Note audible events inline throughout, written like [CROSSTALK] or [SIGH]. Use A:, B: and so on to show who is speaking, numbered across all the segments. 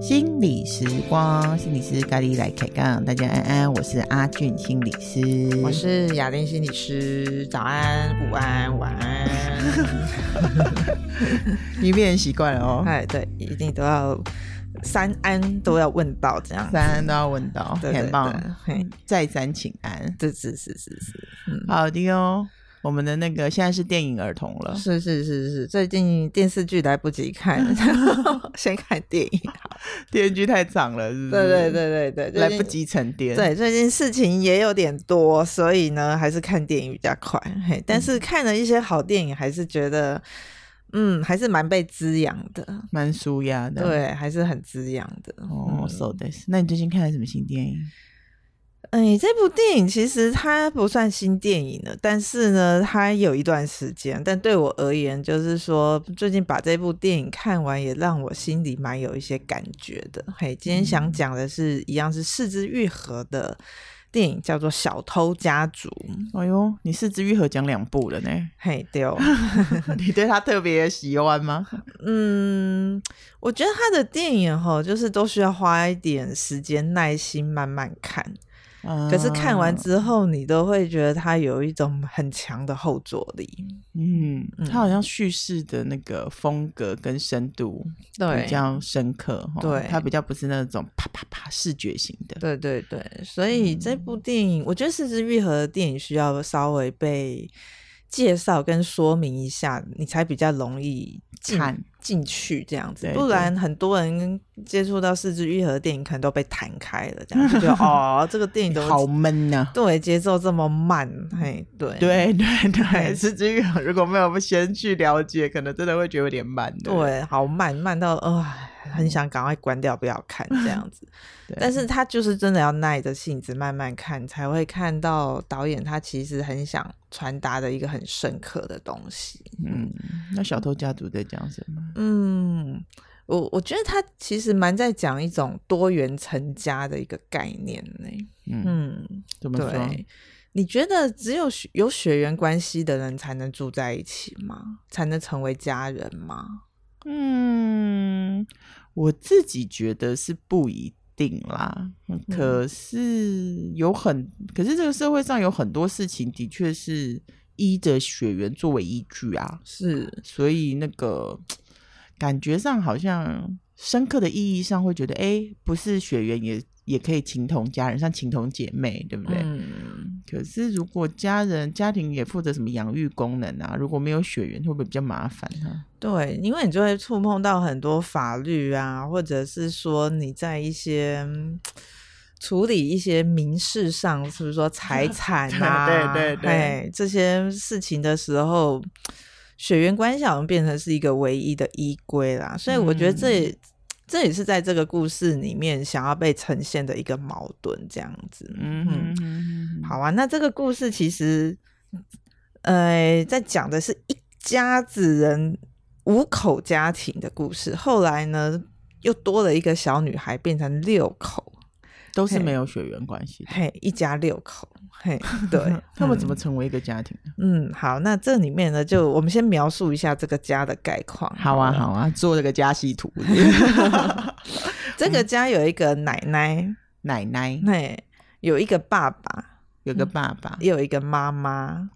A: 心理时光，心理师咖喱来开杠，大家安安，我是阿俊心理师，
B: 我是雅玲心理师，早安、午安、晚安。
A: 你变习惯了哦，
B: 哎，对，一定都要三安都要问到这样，
A: 三安都要问到，
B: 对对
A: 很棒
B: 对嘿，
A: 再三请安，
B: 这是是是是，嗯，
A: 好的哦。我们的那个现在是电影儿童了，
B: 是是是是，最近电视剧来不及看，先看电影。
A: 电视剧太长了，是不是？
B: 对对对对对，
A: 来
B: 最
A: 不
B: 近。
A: 及沉淀。，
B: 对，最近事情也有点多，所以呢，还是看电影比较快。嘿，但是看了一些好电影，还是觉得，嗯，还是蛮被滋养的。
A: 蛮舒压的。，
B: 对，嗯还是很滋养的。
A: 哦、s o this。那你最近看了什么新电影？
B: 哎，这部电影其实它不算新电影了，但是呢，它有一段时间。但对我而言，就是说，最近把这部电影看完，也让我心里蛮有一些感觉的。嘿，今天想讲的是一样是四肢愈合的电影，叫做《小偷家族》。
A: 哎呦，你四肢愈合讲两部
B: [LAUGHS]
A: 了呢，
B: 嘿，对哦，
A: 你对他特别喜欢吗？
B: 嗯，我觉得他的电影哈，就是都需要花一点时间、耐心慢慢看。可是看完
A: 啊
B: 之后，你都会觉得它有一种很强的后坐力。
A: 嗯，
B: 嗯
A: 他好像叙事的那个风格跟深度比较深刻，哈
B: 对
A: 他比较不是那种啪啪啪视觉型的，
B: 对对对，所以这
A: 嗯
B: 部电影，我觉得《四肢愈合》的电影需要稍微被介绍跟说明一下，你才比较容易进
A: 看
B: 进去这样子
A: 对。
B: 不
A: 对
B: 然很多人接触到《四肢愈合》的电影，可能都被弹开了，这样就觉得哦，这
A: [LAUGHS]
B: 个电影怎么
A: 好闷呐、
B: 对，节奏这么慢，嘿，对
A: 对对对，
B: 对
A: 是这个。如果没有先去了解，可能真的会觉得有点慢的。
B: 对，好慢，慢到啊、很想赶快关掉，不要看这样子
A: 对。
B: 但是他就是真的要耐着性子慢慢看，才会看到导演他其实很想传达的一个很深刻的东西。
A: 嗯，那小偷家族在讲什么？
B: 嗯，我我觉得他其实蛮在讲一种多元成家的一个概念呢、
A: 嗯，
B: 嗯，
A: 怎么说？
B: 对。你觉得只有血有血缘关系的人才能住在一起吗？才能成为家人吗？
A: 嗯，我自己觉得是不一定啦。嗯可是有很，可是这个社会上有很多事情的确是依着血缘作为依据啊，
B: 是，
A: 所以那个感觉上好像深刻的意义上会觉得，哎、不是血缘也也可以情同家人，像情同姐妹，对不对？
B: 嗯，
A: 可是如果家人家庭也负责什么养育功能啊，如果没有血缘，会不会比较麻烦啊？
B: 对，因为你就会触碰到很多法律啊，或者是说你在一些嗯处理一些民事上，是不是说
A: [LAUGHS]
B: 财产啊，
A: 对对对
B: 哎这些事情的时候，血缘关系好像变成是一个唯一的依归啦，所以我觉得
A: 嗯
B: 这也、这也是在这个故事里面想要被呈现的一个矛盾，这样子，
A: 嗯哼哼哼
B: 好啊，那这个故事其实，呃，在讲的是一家子人五口家庭的故事。后来呢，又多了一个小女孩，变成六口，
A: 都是
B: 嘿
A: 没有血缘关系的。，
B: 嘿，一家六口，嘿，对
A: [LAUGHS] 他们
B: 嗯
A: 怎么成为一个家庭呢？
B: 嗯？嗯，好，那这里面呢，就我们先描述一下这个家的概况。
A: 好啊，
B: 了，
A: 好啊，做这个家系图，
B: 这
A: 嗯
B: 个家有一个奶奶，
A: [LAUGHS] 奶奶
B: 嘿，有一个爸爸，
A: 有个爸爸，
B: 也有一个妈妈，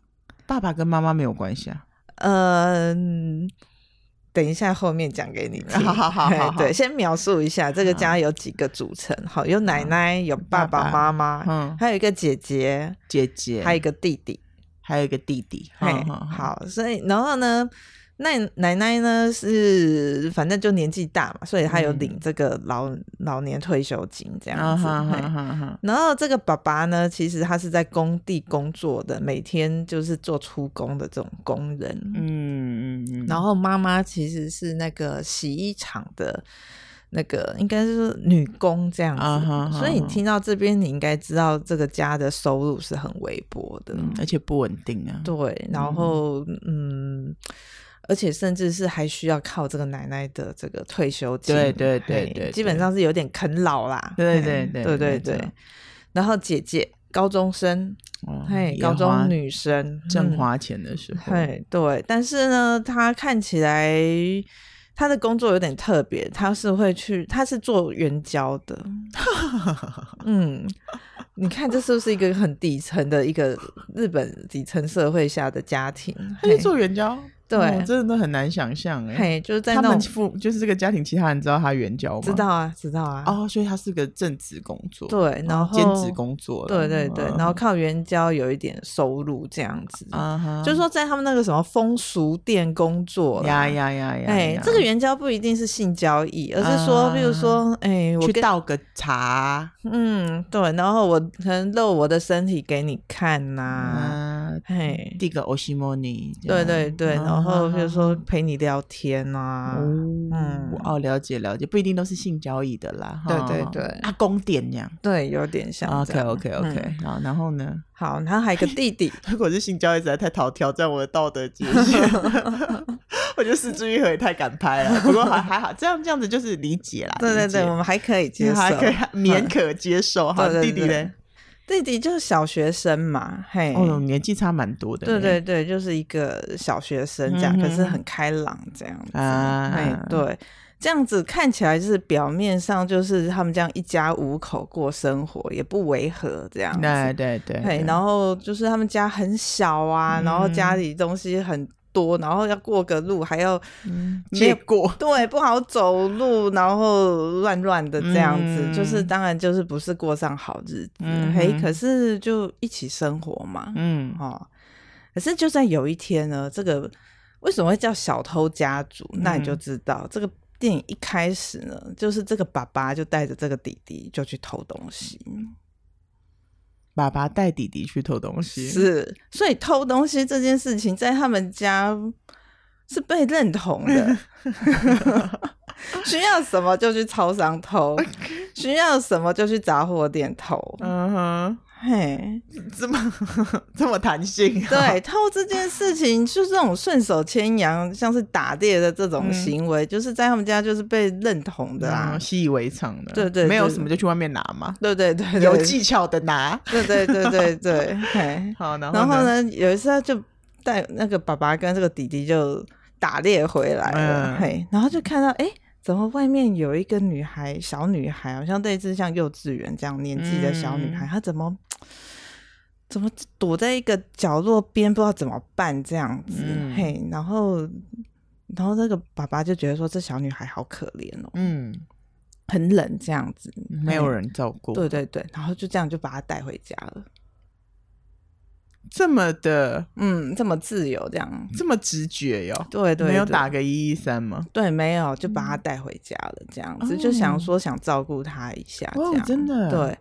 A: 爸爸跟妈妈没有关系啊。
B: 嗯，等一下后面讲给你听。
A: 好好好好好嗯
B: 嘿对，先描述一下这个家有几个组成。好，有奶奶，有爸
A: 爸
B: 爸妈妈，
A: 嗯，
B: 还有一个姐姐，
A: 姐姐，
B: 还有一个弟弟。
A: 还有一个弟弟。
B: 嘿，
A: 嗯，
B: 好，所以然后呢？那奶奶呢？是反正就年纪大嘛，所以她有
A: 嗯
B: 领这个老、老年退休金这样
A: 嗯
B: 子。
A: 哼
B: 嘿
A: 哼哼哼，
B: 然后这个爸爸呢，其实他是在工地工作的，每天就是做出工的这种工人。
A: 嗯嗯嗯，
B: 然后妈妈其实是那个洗衣厂的那个，应该是女工这样子。
A: 啊哈哈
B: 所以你
A: 哈
B: 听到这边，你应该知道这个家的收入是很微薄的。
A: 嗯而且不稳定啊。
B: 对，然后嗯而且甚至是还需要靠这个奶奶的这个退休金。
A: 对对对
B: 嘿
A: 对
B: 基
A: 对
B: 本上是有点啃老啦。
A: 对
B: 嘿
A: 对对
B: 对
A: 没
B: 对
A: 错
B: 对。然后姐姐高中生，
A: 哦
B: 嘿，
A: 也
B: 高
A: 花
B: 中女生
A: 正
B: 嗯
A: 花钱的时候，
B: 嘿，对，但是呢，他看起来他的工作有点特别，他是会去，他是做援交的。嗯，你看这是不是一个很底层的一个日本底层社会下的家庭？
A: 他去
B: 嘿
A: 做援交，
B: 对
A: 哦真的都很难想象哎。
B: 嘿，就是在
A: 他
B: 那
A: 们
B: 种
A: 父就是这个家庭，其他人知道他援交吗？
B: 知道啊，知道啊，
A: 哦，所以他是个正职工作，
B: 对，然
A: 哦
B: 后
A: 兼职工作嗯啦，
B: 对对对，然后靠援交有一点收入这样子，
A: 啊哈，
B: 就是说在他们那个什么风俗店工作啦
A: 呀呀呀呀，
B: 哎、啊
A: 呀
B: 这个援交不一定是性交易，而是说，比如说，哎、我
A: 去
B: 跟
A: 倒个茶
B: 嗯，对，然后我可能露我的身体给你看呐、
A: 啊，
B: 嘿，
A: 递个 oshimoni，这
B: 对
A: 样
B: 对对，
A: 啊
B: 然后
A: 哈
B: 比如说陪你聊天呐、
A: 哦
B: 嗯，
A: 哦，了解了解，不一定都是性交易的啦。
B: 对
A: 哈
B: 对对
A: 啊，宫殿那样。啊
B: 对，有点像这
A: OK
B: 样
A: OK
B: 嗯
A: OK，好，然后呢？
B: 好，然后还有一个弟弟，
A: 如果是性交易实在太讨挑战我的道德界 [LAUGHS] 限，我觉得四肢愈合也太敢拍了。不过还还好，这样这样子就是理解啦。
B: [LAUGHS] 对对
A: 理
B: 对，
A: 解
B: 我们还可以接受
A: 还，可以 [LAUGHS] 勉可接受。好，
B: 对对
A: 弟弟
B: 对
A: 呢？
B: 弟弟就是小学生嘛，嘿，
A: 哦，年纪差蛮多的。
B: 对对。对，就是一个小学生这样，可是
A: 嗯哼
B: 很开朗这样子。
A: 啊
B: 哎，对，这样子看起来就是表面上就是他们这样一家五口过生活，也不违和这样
A: 对
B: 子。
A: 对对，嗯
B: 哎，然后就是他们家很小啊，然后家里东西很多，然后要过个路还要
A: 结果
B: 对不好走路，然后乱乱的这样子，
A: 嗯
B: 就是当然就是不是过上好日子，
A: 嗯
B: 嘿，
A: 哼
B: 可是就一起生活嘛，
A: 嗯
B: 哦，可是就在有一天呢，这个为什么会叫小偷家族？那你就知道、这个电影一开始呢，就是这个爸爸就带着这个弟弟就去偷东西，
A: 爸爸带弟弟去偷东西，
B: 是，所以偷东西这件事情在他们家是被认同的。 [LAUGHS] 需要什么就去超商偷，需要什么就去杂货店偷。
A: 嗯哼，
B: 嘿，
A: 这么 [LAUGHS] 这么弹性、啊，
B: [LAUGHS] 对，偷这件事情就是这种顺手牵羊，像是打猎的这种行为，就是在他们家就是被认同的啊。
A: 嗯习以为常的，
B: 对对对
A: 没有什么就去外面拿嘛，
B: 对对对对，
A: 有技巧的拿。
B: 对对对
A: [LAUGHS]
B: 对对。嘿
A: 好，然后
B: 然后？呢，有一次他就带那个爸爸跟这个弟弟就打猎回来了，
A: 嗯
B: 嘿，然后就看到哎。诶怎么外面有一个女孩，小女孩，好像类似像幼稚园这样年纪的小女
A: 嗯
B: 孩，她怎么怎么躲在一个角落边，不知道怎么办这样子，
A: 嗯
B: 嘿，然后然后那个爸爸就觉得说这小女孩好可怜哦，
A: 嗯，
B: 很冷这样子，
A: 没有
B: 嘿，
A: 人照顾，
B: 对对对，然后就这样就把她带回家了，
A: 这么的
B: 嗯，这么自由这样，
A: 这么直觉哟，
B: 对对
A: 没有
B: 对
A: 打个一一三吗？
B: 对，没有，就把他带回家了，这样子、
A: 嗯哦
B: 就想说想照顾他一下，这
A: 哦
B: 样、
A: 真的
B: 对。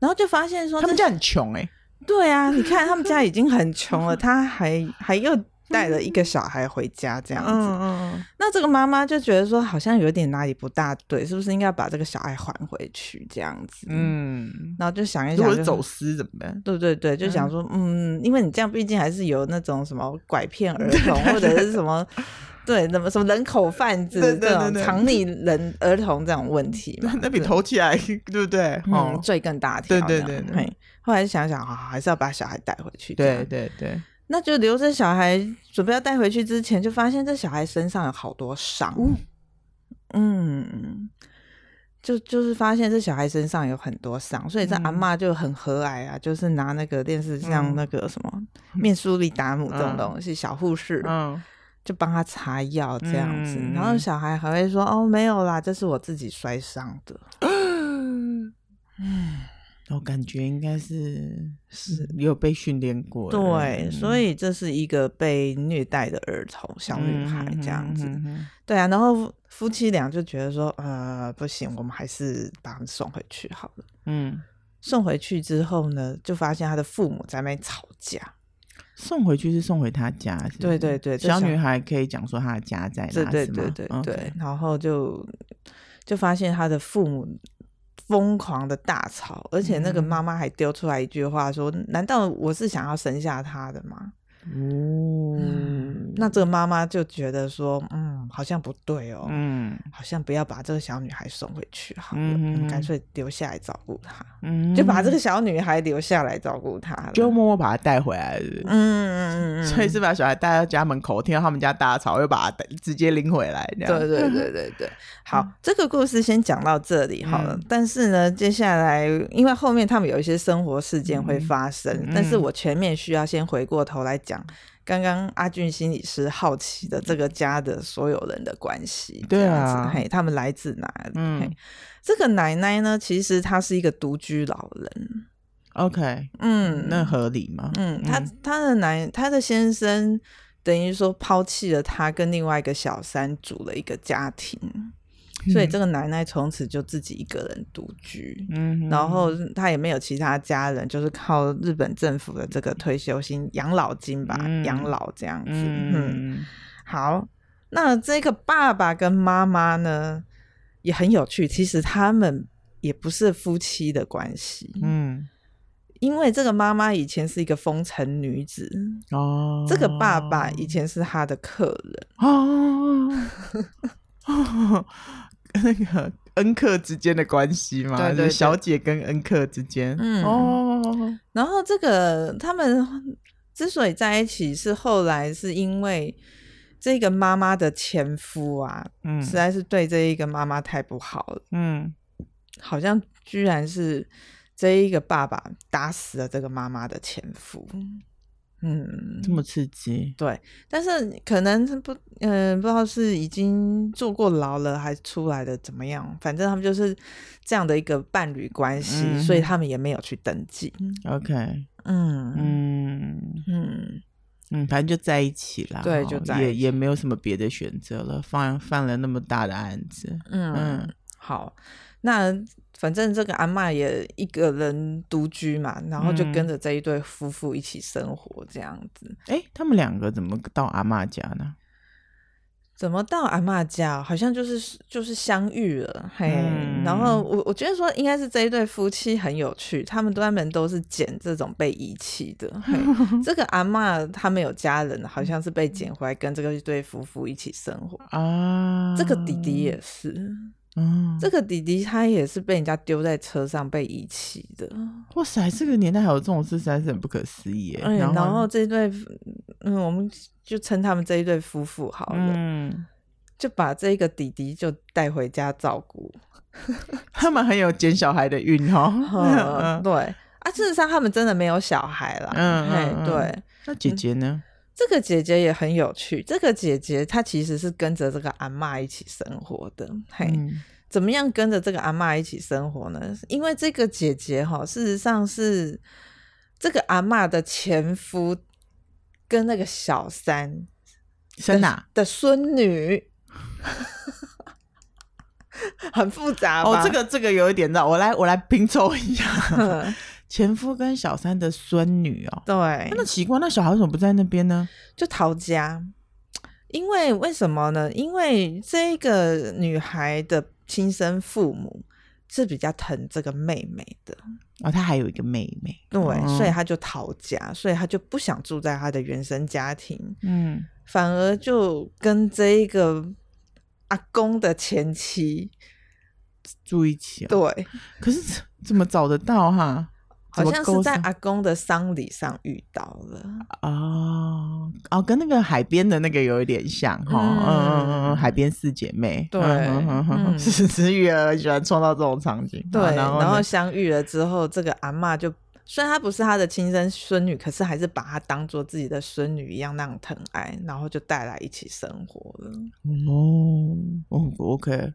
B: 然后就发现说
A: 他们
B: 这
A: 家很穷哎、
B: 对啊，你看他们家已经
A: [LAUGHS]
B: 很穷了，他还还又带了一个小孩回家这样子。
A: 嗯
B: 那这个妈妈就觉得说好像有点哪里不大对，是不是应该把这个小孩还回去这样子？嗯，
A: 嗯
B: 然后就想一
A: 嗯，如
B: 想，
A: 果
B: 就是
A: 走私怎么办？ [LAUGHS]
B: 对对对，就想说，嗯，因为你这样毕竟还是有那种什么拐骗
A: [LAUGHS]
B: 儿童，或者是什么，对，那么什么人口贩子
A: 对对
B: 这
A: 对
B: 种
A: 对，
B: 藏匿人儿童这种问题嘛
A: 那比
B: 对
A: 投起来 [LAUGHS] 对不对？
B: 嗯
A: 哦，
B: 罪更大条这
A: 对
B: 样。
A: 对对对
B: 嘿后来想想，啊，还是要把小孩带回去。
A: 对，对对，
B: 那就留着小孩准备要带回去之前，就发现这小孩身上有好多伤。
A: 哦
B: 嗯，就就是发现这小孩身上有很多伤，所以这阿嬷就很和蔼啊，就是拿那个电视像
A: 嗯
B: 那个什么面苏利达姆这种
A: 嗯
B: 东西，小护士、
A: 嗯，
B: 就帮他擦药这样子，
A: 嗯嗯
B: 然后小孩还会说：“哦，没有啦，这是我自己摔伤的。
A: 我感觉应该是是有被训练过的
B: 嗯对，
A: 人，
B: 所以这是一个被虐待的儿童小女孩这样子。
A: 嗯哼哼
B: 对啊，然后夫夫妻俩就觉得说：“呃，不行，我们还是把他们送回去好了。”
A: 嗯，
B: 送回去之后呢，就发现他的父母在那边吵架。
A: 送回去是送回他家，是不是
B: 对对对
A: 嗯
B: 这
A: 小
B: 小
A: 女孩可以讲说她的家在哪，
B: 对对
A: 是吗
B: 对对对
A: OK 哦
B: 然后就就发现他的父母疯狂的大吵，而且那个
A: 嗯
B: 妈妈还丢出来一句话说：“难道我是想要生下他的吗？”
A: 哦，
B: 那这个妈妈就觉得说：“嗯，好像不对哦，
A: 嗯
B: 好像不要把这个小女孩送回去好了，
A: 嗯
B: 嗯干脆留下来照顾她，
A: 嗯，
B: 就把这个小女孩留下来照顾她了。
A: 就默默把他带回来是不是
B: 嗯嗯嗯
A: [LAUGHS]
B: 嗯，
A: 所以是把小孩带到家门口，听到他们家大吵，又把他带直接拎回来，这样嗯
B: 对对对对对，好，这个故事先讲到这里好了。
A: 嗯
B: 但是呢，接下来因为后面他们有一些生活事件会发生，但是
A: 嗯
B: 我前面需要先回过头来讲刚刚阿俊心理师好奇的这个家的所有人的关系，
A: 对
B: 这样子
A: 啊
B: 嘿，他们来自哪里？
A: 嗯
B: 嘿，这个奶奶呢，其实她是一个独居老人，
A: ，OK，
B: 嗯，
A: 那合理吗？
B: 嗯，她她的男她的先生。等于说抛弃了她，跟另外一个小三组了一个家庭，所以这个奶奶从此就自己一个人独居，
A: 嗯嗯，嗯
B: 然后她也没有其他家人，就是靠日本政府的这个退休金、养老金吧，
A: 嗯
B: 养老这样子。嗯，
A: 嗯
B: 好，那这个爸爸跟妈妈呢也很有趣，其实他们也不是夫妻的关系，
A: 嗯
B: 因为这个妈妈以前是一个风尘女子，
A: 哦，
B: 这个爸爸以前是她的客人。
A: 哦，哦那个恩客之间的关系嘛，
B: 对对
A: 就是
B: 对
A: 小姐跟恩客之间，
B: 嗯
A: 哦，
B: 然后这个他们之所以在一起，是后来是因为这个妈妈的前夫啊，
A: 嗯
B: 实在是对这一个妈妈太不好了，
A: 嗯，
B: 好像居然是这一个爸爸打死了这个妈妈的前夫。嗯，
A: 这么刺激，
B: 对，但是可能是不，嗯、不知道是已经坐过牢了，还出来的怎么样？反正他们就是这样的一个伴侣关系，
A: 嗯
B: 所以他们也没有去登记。
A: ，OK，
B: 嗯
A: 嗯
B: 嗯，
A: 嗯，反正就在一起啦，
B: 对
A: 哦
B: 就在一
A: 也
B: 起
A: 也没有什么别的选择了，犯犯了那么大的案子，
B: 嗯
A: 嗯，
B: 好，那反正这个阿嬷也一个人独居嘛，然后就跟
A: 嗯
B: 着这一对夫妇一起生活这样子。
A: 哎、他们两个怎么到阿嬷家呢？
B: 怎么到阿嬷家，好像就是就是相遇了，嘿。
A: 嗯
B: 然后我我觉得说应该是这一对夫妻很有趣，他们专门都是捡这种被遗弃的。
A: [LAUGHS]
B: 嘿这个阿嬷他们有家人，好像是被捡回来跟这个一对夫妇一起生活。
A: 啊，
B: 这个弟弟，也是，
A: 嗯，
B: 这个弟弟他也是被人家丢在车上被遗弃的。
A: 哇塞，这个年代还有这种事，实在是很不可思议耶。
B: 嗯，
A: 然
B: 然
A: 后
B: 后，这一对夫，嗯，我们就称他们这一对夫妇好了，
A: 嗯，
B: 就把这个弟弟就带回家照顾。
A: 他们很有捡小孩的运哦。
B: 嗯，
A: [LAUGHS] [LAUGHS] 嗯
B: 对啊，事实上他们真的没有小孩啦。
A: 嗯嗯
B: 嘿
A: 嗯
B: 对，
A: 那姐姐呢？
B: 这个姐姐也很有趣。这个姐姐她其实是跟着这个阿嬷一起生活的。嘿，
A: 嗯
B: 怎么样跟着这个阿嬷一起生活呢？因为这个姐姐哈，事实上是这个阿嬷的前夫跟那个小三
A: 生哪？
B: 的啊孙 [LAUGHS] 女，很复杂吧？
A: 哦，这个这个有一点绕，我来我来拼凑一下。 [LAUGHS] 前夫跟小三的孙女哦，那
B: [LAUGHS] 对，
A: 奇怪，那小孩为什么不在那边呢？
B: 就逃家，因为为什么呢？因为这个女孩的亲生父母是比较疼这个妹妹的，
A: 哦，他还有一个妹妹。
B: 对，
A: 嗯
B: 所以她就逃家，所以她就不想住在她的原生家庭，
A: 嗯，
B: 反而就跟这一个阿公的前妻，
A: 住一起哦。
B: 对，
A: 可是怎怎么找得到哈？
B: 好像
A: 怎么勾
B: 是在
A: 上
B: 阿公的丧礼上遇到了。
A: 哦哦，跟那个海边的那个有一点像哈，
B: 嗯
A: 嗯嗯嗯嗯，海边四姐妹，
B: 对
A: 嗯嗯嗯 [LAUGHS]
B: 嗯
A: 嗯是是育儿很喜欢创造这种场景，
B: 对，
A: 好
B: 然
A: 后
B: 后
A: 呢
B: 相遇了之后，这个阿嬷就虽然她不是她的亲生孙女，可是还是把她当做自己的孙女一样那样疼爱，然后就带来一起生活了。
A: 哦哦 OK，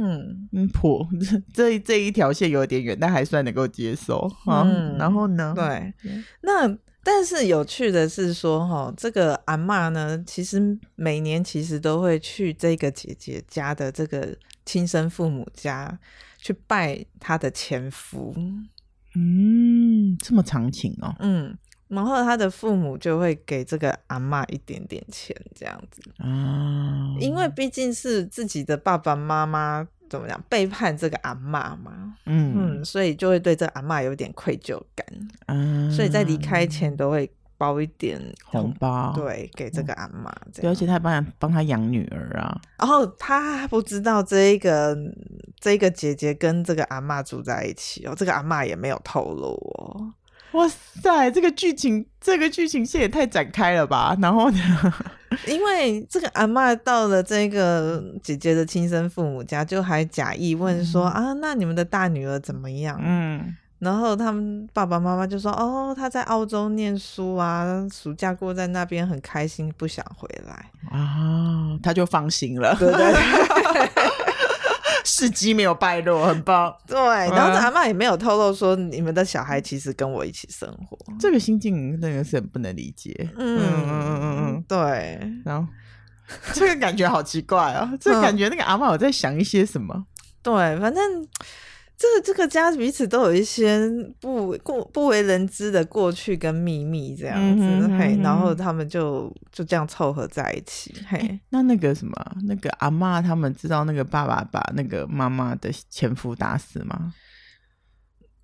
B: 嗯，
A: 嗯破 [LAUGHS] 这这一条线有点远，但还算能够接受啊
B: 嗯，
A: 然后呢，
B: 对。那但是有趣的是说，哈，这个阿嬷呢，其实每年其实都会去这个姐姐家的这个亲生父母家去拜她的前夫。
A: 嗯，这么长情哦，
B: 嗯。然后她的父母就会给这个阿嬷一点点钱，这样子。
A: 啊，
B: 因为毕竟是自己的爸爸妈妈怎么讲背叛这个阿嬷嘛，
A: 嗯
B: 嗯，所以就会对这个阿嬷有点愧疚感，
A: 啊，
B: 所以在离开前都会包一点
A: 红包，，嗯
B: 对，给这个阿妈这样
A: 而。且他还帮他帮他养女儿啊，
B: 然后他还不知道这一个这一个姐姐跟这个阿嬷住在一起哦，这个阿嬷也没有透露哦。 [LAUGHS]
A: [LAUGHS] 哇塞，这个剧情这个剧情线也太展开了吧？然后呢，
B: 因为这个阿嬷到了这个姐姐的亲生父母家，就还假意问说、啊，那你们的大女儿怎么
A: [LAUGHS]
B: 样？
A: 嗯，
B: 然后他们爸爸妈妈就说哦，她在澳洲念书啊，暑假过在那边很开心，不想回来。
A: 啊，他就放心了，[LAUGHS]
B: 对对对。
A: 事机没有败露，很棒。
B: [LAUGHS] 对，然
A: 嗯
B: 后这阿嬷也没有透露说你们的小孩其实跟我一起生活。
A: 这个心境那个是很不能理解，嗯嗯嗯嗯嗯，
B: 对，
A: 然后这个感觉好奇怪哦，这个感觉那个阿嬷有在想一些什么？
B: 对，反正这个这个家彼此都有一些不过不为人知的过去跟秘密这样子，
A: 嗯哼嗯
B: 嘿
A: 哼，
B: 然后他们就就这样凑合在一起，嘿，
A: 那那个什么，那个阿嬷他们知道那个爸爸把那个妈妈的前夫打死吗？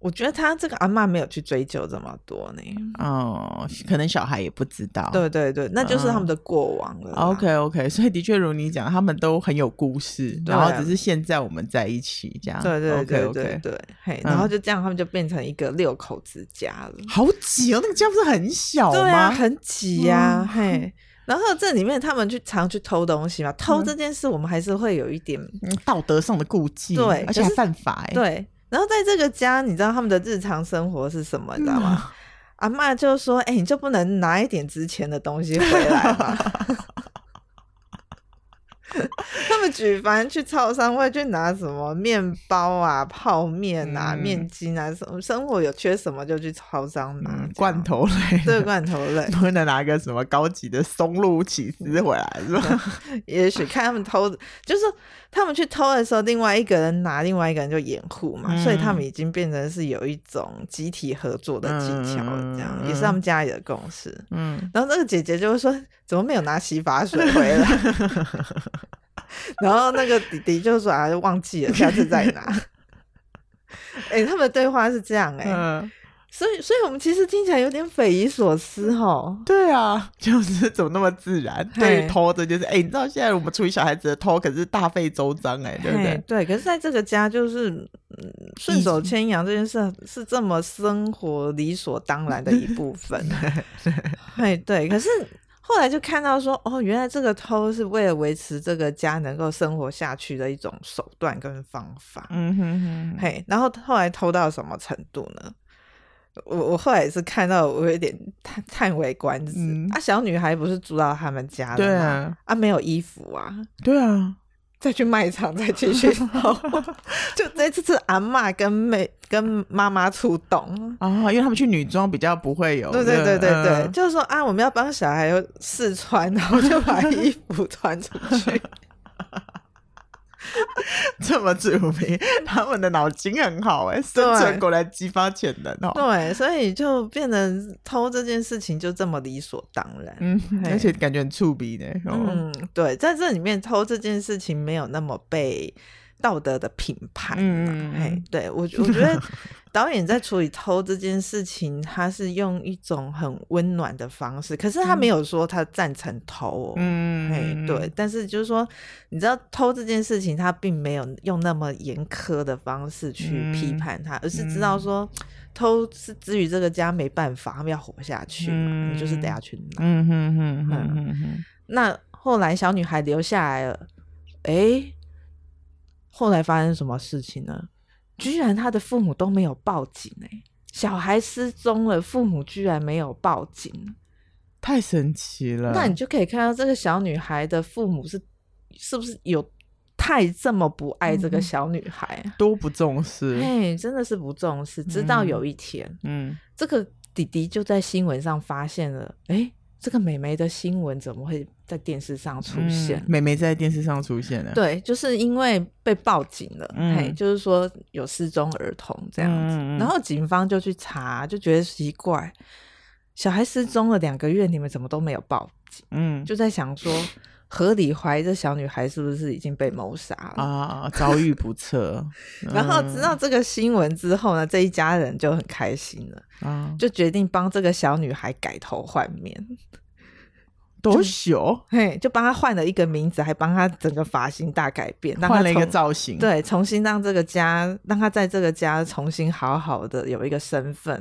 B: 我觉得他这个阿嬷没有去追究这么多呢，
A: 哦，可能小孩也不知道。
B: 对对对，那就是他们的过往了啦。
A: 嗯，OK OK，所以 [LAUGHS] 的确如你讲，他们都很有故事，
B: 对啊
A: 然后只是现在我们在一起这样。
B: 对对对
A: o k
B: 对
A: 啊 OK。
B: 对嘿，
A: 嗯
B: 然后就这样，他们就变成一个六口之家了。
A: 好挤哦，那个家不是很小
B: 对
A: 吗？嗯
B: 啊，很挤呀、嘿。然后这里面他们去常去偷东西嘛，偷这件事我们还是会有一点、
A: 嗯道德上的顾忌，
B: 对
A: 而且还
B: 可是
A: 犯法哎。
B: 对。然后在这个家，你知道他们的日常生活是什么，你知道
A: 嗯
B: 吗？阿嬷就说：“哎、你就不能拿一点值钱的东西回来吗？” [LAUGHS] 他们举凡去超商会去拿什么面包啊、泡面啊、
A: 嗯
B: 面筋啊，什么生活有缺什么就去超商拿、
A: 嗯，罐，头类，
B: 对，罐头类。
A: [LAUGHS] 不能拿个什么高级的松露起司回来是吧？
B: 也许 [LAUGHS] 看他们偷，就是他们去偷的时候，另外一个人拿，另外一个人就掩护嘛，
A: 嗯
B: 所以他们已经变成是有一种集体合作的技巧了，这样、
A: 嗯
B: 也是他们家里的共识。
A: [LAUGHS] 嗯，
B: 然后那个姐姐就会说：“怎么没有拿洗发水回
A: [LAUGHS]
B: 来？”然后那个弟弟就说：“啊，忘记了，下次再
A: [LAUGHS]
B: 拿。哎、他们的对话是这样哎、
A: 嗯，
B: 所以，所以我们其实听起来有点匪夷所思哦。
A: 对啊，就是怎么那么自然？
B: 嘿
A: 对于偷这件事，哎、你知道现在我们处理小孩子的偷，可是大费周章哎、对不
B: 嘿
A: 对？
B: 对，可是在这个家就是嗯顺手牵羊这件事是这么生活理所当然的一部分。 [LAUGHS] 哎，对，可是后来就看到说，哦，原来这个偷是为了维持这个家能够生活下去的一种手段跟方法。
A: 嗯哼哼，
B: 嘿，然后后来偷到什么程度呢？我我后来也是看到，我有点叹叹为观止。
A: 嗯
B: 啊，小女孩不是住到他们家了吗？
A: 对啊，
B: 啊，没有衣服啊，
A: 对啊，
B: 再去卖场再继续偷，就这次是阿嬷跟妹跟妈妈出动。
A: 啊，因为他们去女装比较不会有，
B: 对对对对对，
A: 嗯
B: 就是说啊，我们要帮小孩试穿，然后就把衣服穿出去。
A: 这么著名，他们的脑筋很好
B: [LAUGHS]
A: 哎、生存果然激发潜能哦。
B: 对，所以就变成偷这件事情就这么理所当然。
A: 嗯，
B: 嘿
A: 而且感觉很触鼻呢。哦
B: 嗯，对，在这里面偷这件事情没有那么被道德的评判、啊。
A: 嗯嗯嗯
B: 嘿，对我我觉
A: [LAUGHS]
B: 得导演在处理偷这件事情，他是用一种很温暖的方式，可是他没有说他赞成偷、哦。
A: 嗯，
B: 嘿，对，但是就是说，你知道偷这件事情，他并没有用那么严苛的方式去批
A: 嗯
B: 判他，而是知道说，偷是至于这个家没办法，他们要活下去嘛，你就是得
A: 嗯
B: 要去拿。
A: 嗯哼哼哼哼
B: 嗯
A: 哼，
B: 那后来小女孩留下来了，诶，后来发生什么事情呢？居然她的父母都没有报警诶，小孩失踪了，父母居然没有报警，
A: 太神奇了。
B: 那你就可以看到这个小女孩的父母是是不是有太这么不爱这
A: 嗯
B: 个小女孩啊？
A: 都不重视，
B: 哎、真的是不重视。直到
A: 嗯
B: 有一天，
A: 嗯，
B: 这个弟弟就在新闻上发现了，诶，这个美眉的新闻怎么会在电视上出现
A: 嗯？美眉在电视上出现了，
B: 对，就是因为被报警了，
A: 嗯
B: 嘿，就是说有失踪儿童这样子，
A: 嗯嗯嗯
B: 然后警方就去查，就觉得奇怪，小孩失踪了两个月，你们怎么都没有报警？
A: 嗯，
B: 就在想说，合理怀疑这小女孩是不是已经被谋杀了。，
A: 啊，遭遇不测
B: 然
A: 嗯
B: 后知道这个新闻之后呢，这一家人就很开心了，
A: 嗯啊，
B: 就决定帮这个小女孩改头换面，
A: 多久
B: 嘿，就帮她换了一个名字，还帮她整个发型大改变，让她
A: 换了一个
B: 重
A: 造型，，
B: 对，重新让这个家，让她在这个家重新好好的有一个身份，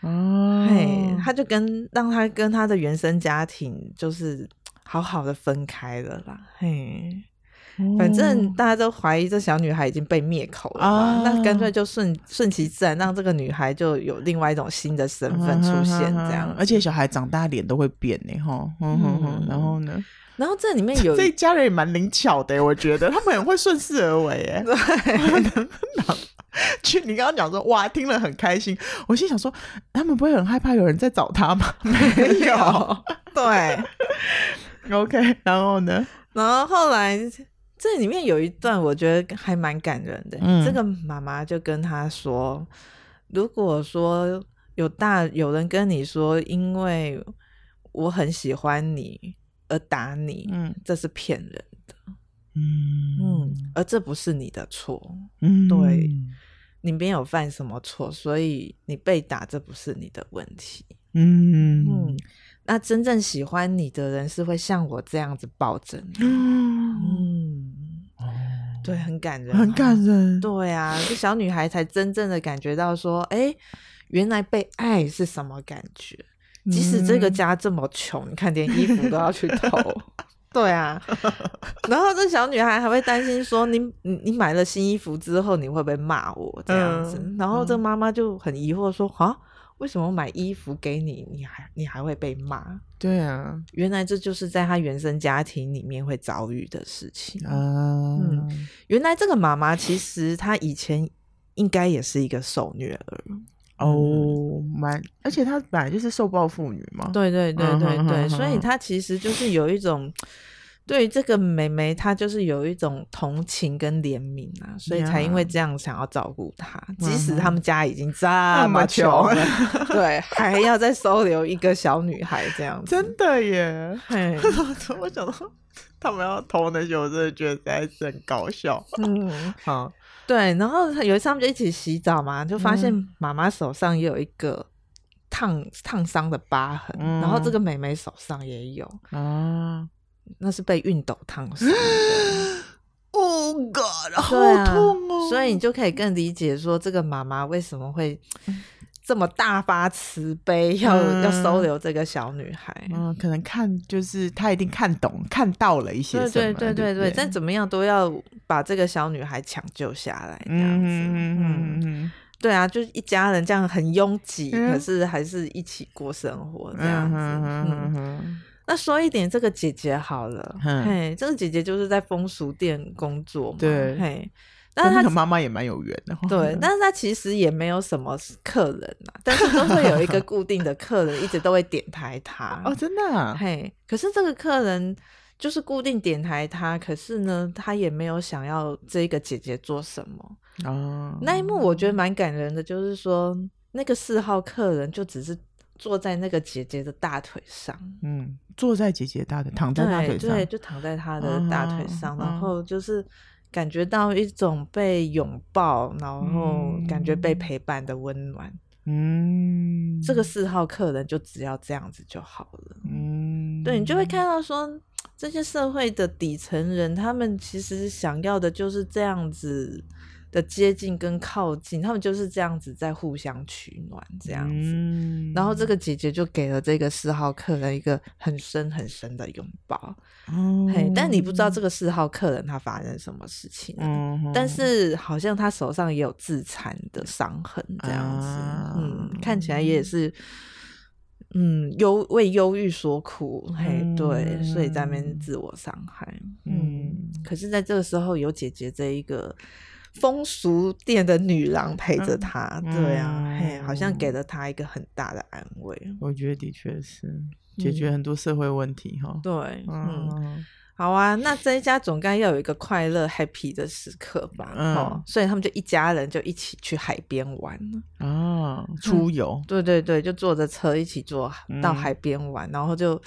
A: 啊，
B: 嘿，她就跟让她跟她的原生家庭就是好好的分开了啦，嘿。
A: 哦
B: 反正大家都怀疑这小女孩已经被灭口了嘛，
A: 啊
B: 那干脆就顺顺其自然，让这个女孩就有另外一种新的身
A: 嗯
B: 份出现，这样。
A: 而且小孩长大脸都会变呢，哈，嗯哼哼，然后呢，
B: 然后这里面
A: [LAUGHS]
B: 有
A: 这一家人也蛮灵巧的，我觉得他们很会顺势而为，哎，去，你刚刚讲说哇，听了很开心，我心想说，他们不会很害怕有人在找他吗？ [LAUGHS] 没有
B: 对，
A: ，OK，然后呢，
B: 然后后来这里面有一段我觉得还蛮感人的，
A: 嗯
B: 这个妈妈就跟她说，如果说有大有人跟你说，因为我很喜欢你而打你，
A: 嗯
B: 这是骗人。
A: 嗯
B: 嗯，而这不是你的错，
A: 嗯，
B: 对你没有犯什么错，所以你被打这不是你的问题。
A: 嗯
B: 嗯，那真正喜欢你的人是会像我这样子抱着你。
A: 嗯，
B: 嗯，对，很感人，啊
A: 很感。人，
B: 对啊，这小女孩才真正的感觉到说，哎，原来被爱是什么感觉。即使这个
A: 嗯
B: 家这么穷，你看连衣服都要去偷。 [LAUGHS] 对啊，然后这小女孩还会担心说你：“你你买了新衣服之后，你会不会骂我这样子？”
A: 嗯
B: 然后这
A: 嗯
B: 妈妈就很疑惑说：“啊，为什么买衣服给你，你还你还会被骂？
A: 对啊，
B: 原来这就是在她原生家庭里面会遭遇的事情。
A: 啊，嗯
B: 原来这个妈妈其实她以前应该也是一个受虐儿。
A: 哦，蛮，而且她本来就是受暴妇女嘛，
B: 对对对
A: 嗯
B: 对
A: 哼
B: 对，
A: 哼
B: 所以
A: 哼
B: 他其实就是有一种对于这个妹妹，她就是有一种同情跟怜悯啊，所以才因为
A: Yeah
B: 这样想要照顾她，即使
A: 嗯哼
B: 他们家已经这
A: 那
B: 么
A: 么
B: 啊穷
A: 穷
B: 了，对，还要再收留一个小女孩这样
A: [LAUGHS]
B: 子，！
A: 真的耶 [LAUGHS]
B: 嘿，
A: 我想到他们要偷那些，我真的觉得实在是很搞笑。
B: 嗯，
A: 好，
B: 对。然后有一次他们就一起洗澡嘛，就发现妈妈手上也有一个。烫烫伤的疤痕，然后
A: 嗯
B: 这个妹妹手上也有，
A: 啊，
B: 那是被熨斗烫伤 [GASPS] 的。
A: Oh God，好
B: 对啊
A: 痛哦！
B: 所以你就可以更理解说，这个妈妈为什么会这么大发慈悲，要、
A: 嗯
B: 要收留这个小女孩。
A: 嗯，可能看就是他一定看懂、看到了一些
B: 对
A: 什
B: 对
A: 么，对
B: 对对
A: 不
B: 对，但怎么样都要把这个小女孩抢救下来，这样子。嗯
A: 嗯嗯嗯嗯
B: 对啊，就是一家人这样很拥挤，
A: 嗯
B: 可是还是一起过生活这
A: 嗯
B: 样子。
A: 嗯
B: 嗯，
A: 嗯
B: 那说一点这个姐姐好了，
A: 嗯
B: 嘿，这个姐姐就是在风俗店工作嘛，
A: 对
B: 嘿，但
A: 但
B: 是她
A: 那个妈妈也蛮有缘的，哦
B: 对，但是他其实也没有什么客人啊，但是都会有
A: [LAUGHS]
B: 一个固定的客人，一直都会点台他。
A: 哦，真的啊，
B: 嘿，可是这个客人就是固定点台他，可是呢，他也没有想要这个姐姐做什么。
A: 哦
B: 那一幕我觉得蛮感人的，就是说那个四号客人就只是坐在那个姐姐的大腿上，
A: 嗯，坐在姐姐大腿，躺在大腿
B: 对
A: 上，
B: 对，就躺在他的大腿上，
A: 嗯
B: 然
A: 嗯
B: 后就是感觉到一种被拥抱，然后感觉被
A: 嗯
B: 陪伴的温暖。
A: 嗯，
B: 这个四号客人就只要这样子就好了。
A: 嗯，
B: 对你就会看到说，这些社会的底层人，他们其实想要的就是这样子的接近跟靠近，他们就是这样子在互相取暖这
A: 这
B: 样子。
A: 嗯
B: 然后这个姐姐就给了这个四号客人一个很深很深的拥抱，
A: 哦
B: 嘿，但你不知道这个四号客人他发生什么事情了，
A: 嗯哼，
B: 但是好像他手上也有自残的伤痕，这样子，
A: 啊
B: 嗯，看起来也是，嗯，忧为忧郁所苦，嘿，对，所以在那边
A: 嗯
B: 自我伤害，嗯，
A: 嗯，
B: 可是在这个时候有姐姐这一个风俗店的女郎陪着
A: 嗯
B: 她，对啊，嘿，好像给
A: 嗯
B: 了她一个很大的安慰，
A: 我觉得的确是解决
B: 嗯
A: 很多社会问题哈，
B: 对，嗯
A: 嗯，
B: 好啊，那这一家总该要有一个快乐 happy 的时刻吧？
A: 嗯
B: 哦，所以他们就一家人就一起去海边玩了。
A: 啊，出游，
B: 对对对，就坐着车一起坐到
A: 嗯
B: 海边玩，然后就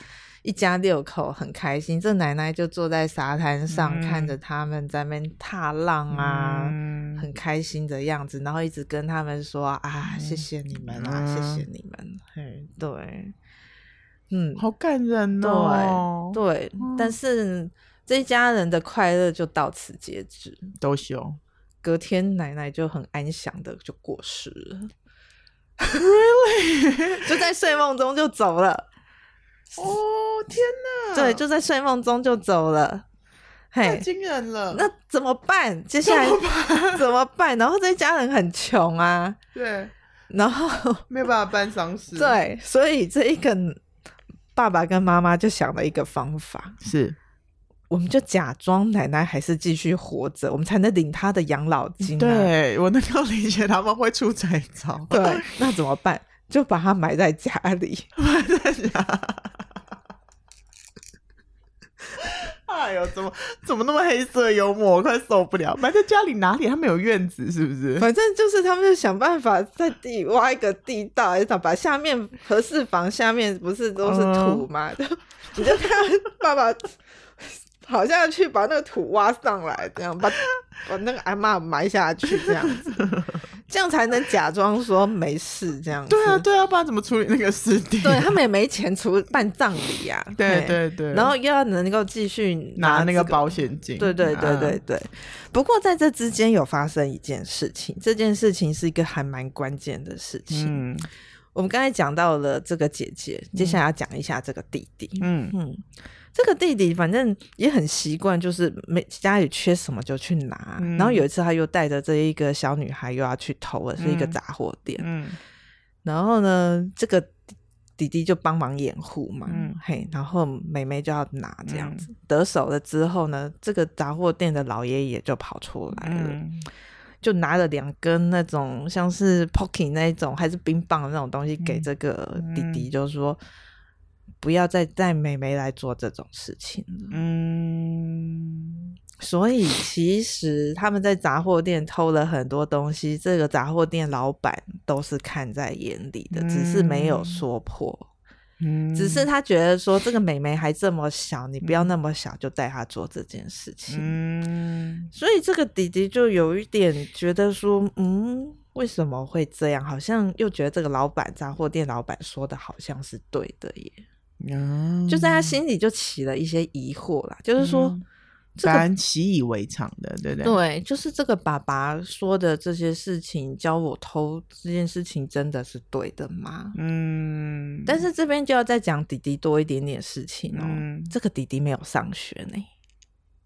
B: 一家六口很开心。这奶奶就坐在沙滩上、
A: 嗯
B: 看着他们在那边踏浪啊，
A: 嗯
B: 很开心的样子，然后一直跟他们说啊，谢谢你们啊，
A: 嗯
B: 谢谢你们。嘿，对，嗯，
A: 好感人哦，
B: 对，但是这一家人的快乐就到此截止。
A: 都哦修，
B: 隔天奶奶就很安详的就过世了 [LAUGHS] ，Really？就在睡梦中就走了，
A: 哦，天哪，
B: 对，就在睡梦中就走了，
A: 太
B: 嘿。
A: 惊人了，
B: 那怎么办？接下来
A: 怎么
B: [LAUGHS] 怎么办？然后这家人很穷啊，
A: 对，
B: 然后
A: 没有办法办丧事，，
B: 对，所以这一个爸爸跟妈妈就想了一个方法，
A: 是
B: 我们就假装奶奶还是继续活着，我们才能领她的养老金、啊。
A: 对我能够理解他们会出这一招，
B: 对，那怎么办？就把它埋在家里。
A: 哎呦，怎么怎么那么黑色幽默，我快受不了！埋在家里哪里？他们有院子是不是？ [LAUGHS]
B: 反正就是他们就想办法在地挖一个地道，然后把下面合适房下面不是都是
A: 嗯
B: 土嘛，就 [LAUGHS] 你就看爸爸好像去把那个土挖上来，这样把 [LAUGHS] 把那个阿嬷埋下去，这样
A: [LAUGHS]
B: 子，这样才能假装说没事这样子。
A: 对啊，对啊，不然怎么处理那个尸体？
B: 对他们也没钱除办葬礼呀、啊，
A: [LAUGHS] 对
B: 嘿
A: 对对，
B: 然后又要能够继续
A: 拿那
B: 这
A: 个保险金，
B: 对对对对
A: 嗯，
B: 对。不过在这之间有发生一件事情，这件事情是一个还蛮关键的事情。
A: 嗯
B: 我们刚才讲到了这个姐姐，接下来要讲一下这个弟弟。
A: 嗯
B: 嗯，这个弟弟反正也很习惯，就是每家里缺什么就去拿。
A: 嗯
B: 然后有一次，他又带着这一个小女孩又要去投了，是一个
A: 嗯
B: 杂货店。
A: 嗯
B: 然后呢，这个弟弟就帮忙掩护嘛，
A: 嗯
B: 嘿，然后妹妹就要拿这样子，得手了之后呢，这个杂货店的老爷爷就跑出来了，
A: 嗯，
B: 就拿了两根那种像是 pocky 那一种还是冰棒的那种东西
A: 嗯
B: 给这个弟弟，就说。不要再带妹妹来做这种事情了。
A: 嗯，
B: 所以其实他们在杂货店偷了很多东西，这个杂货店老板都是看在眼里的，只是没有说破。
A: 嗯
B: 只是他觉得说这个妹妹还这么小，你不要那么小就带她做这件事情。
A: 嗯
B: 所以这个弟弟就有一点觉得说，嗯，为什么会这样？好像又觉得这个老板杂货店老板说的好像是对的耶，
A: 啊，
B: 就在他心里就起了一些疑惑啦，就是说。
A: 嗯
B: 这个
A: 咱习以为常的，对不对？
B: 对，就是这个爸爸说的这些事情，教我偷这件事情真的是对的吗？
A: 嗯，
B: 但是这边就要再讲弟弟多一点点事情哦。
A: 嗯
B: 这个弟弟没有上学呢。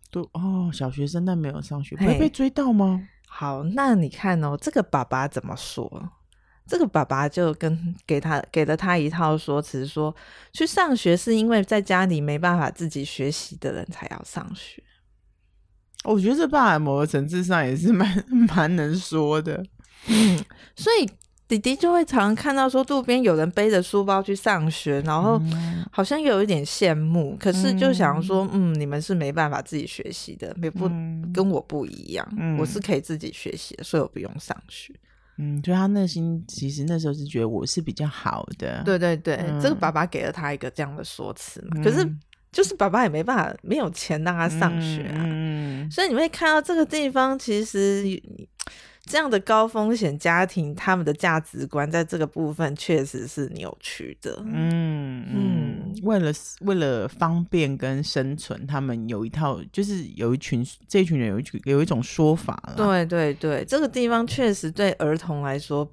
A: 都哦，小学生但没有上学，
B: 嘿
A: 会被追到吗？
B: 好，那你看哦，这个爸爸怎么说？这个爸爸就跟给他给了他一套说辞说，去上学是因为在家里没办法自己学习的人才要上学。
A: 我觉得这爸某个层次上也是蛮 [LAUGHS] 蛮能说的，
B: 所以弟弟就会常常看到说路边有人背着书包去上学，然后
A: 嗯
B: 好像有一点羡慕，可是就想说，嗯你们是没办法自己学习的，也不、
A: 嗯
B: 跟我不一样，
A: 嗯
B: 我是可以自己学习的，所以我不用上学。
A: 嗯，就他内心其实那时候是觉得我是比较好的，
B: 对啊对对，
A: 嗯
B: 这个爸爸给了他一个这样的说辞嘛，
A: 嗯，
B: 可是就是爸爸也没办法，没有钱让他上学啊，
A: 嗯，嗯
B: 所以你会看到这个地方其实这样的高风险家庭，他们的价值观在这个部分确实是扭曲的。
A: 嗯嗯
B: 嗯，
A: 为了为了方便跟生存，他们有一套，就是有一群这群人有一群有一种说法啦，
B: 对对对，这个地方确实对儿童来说。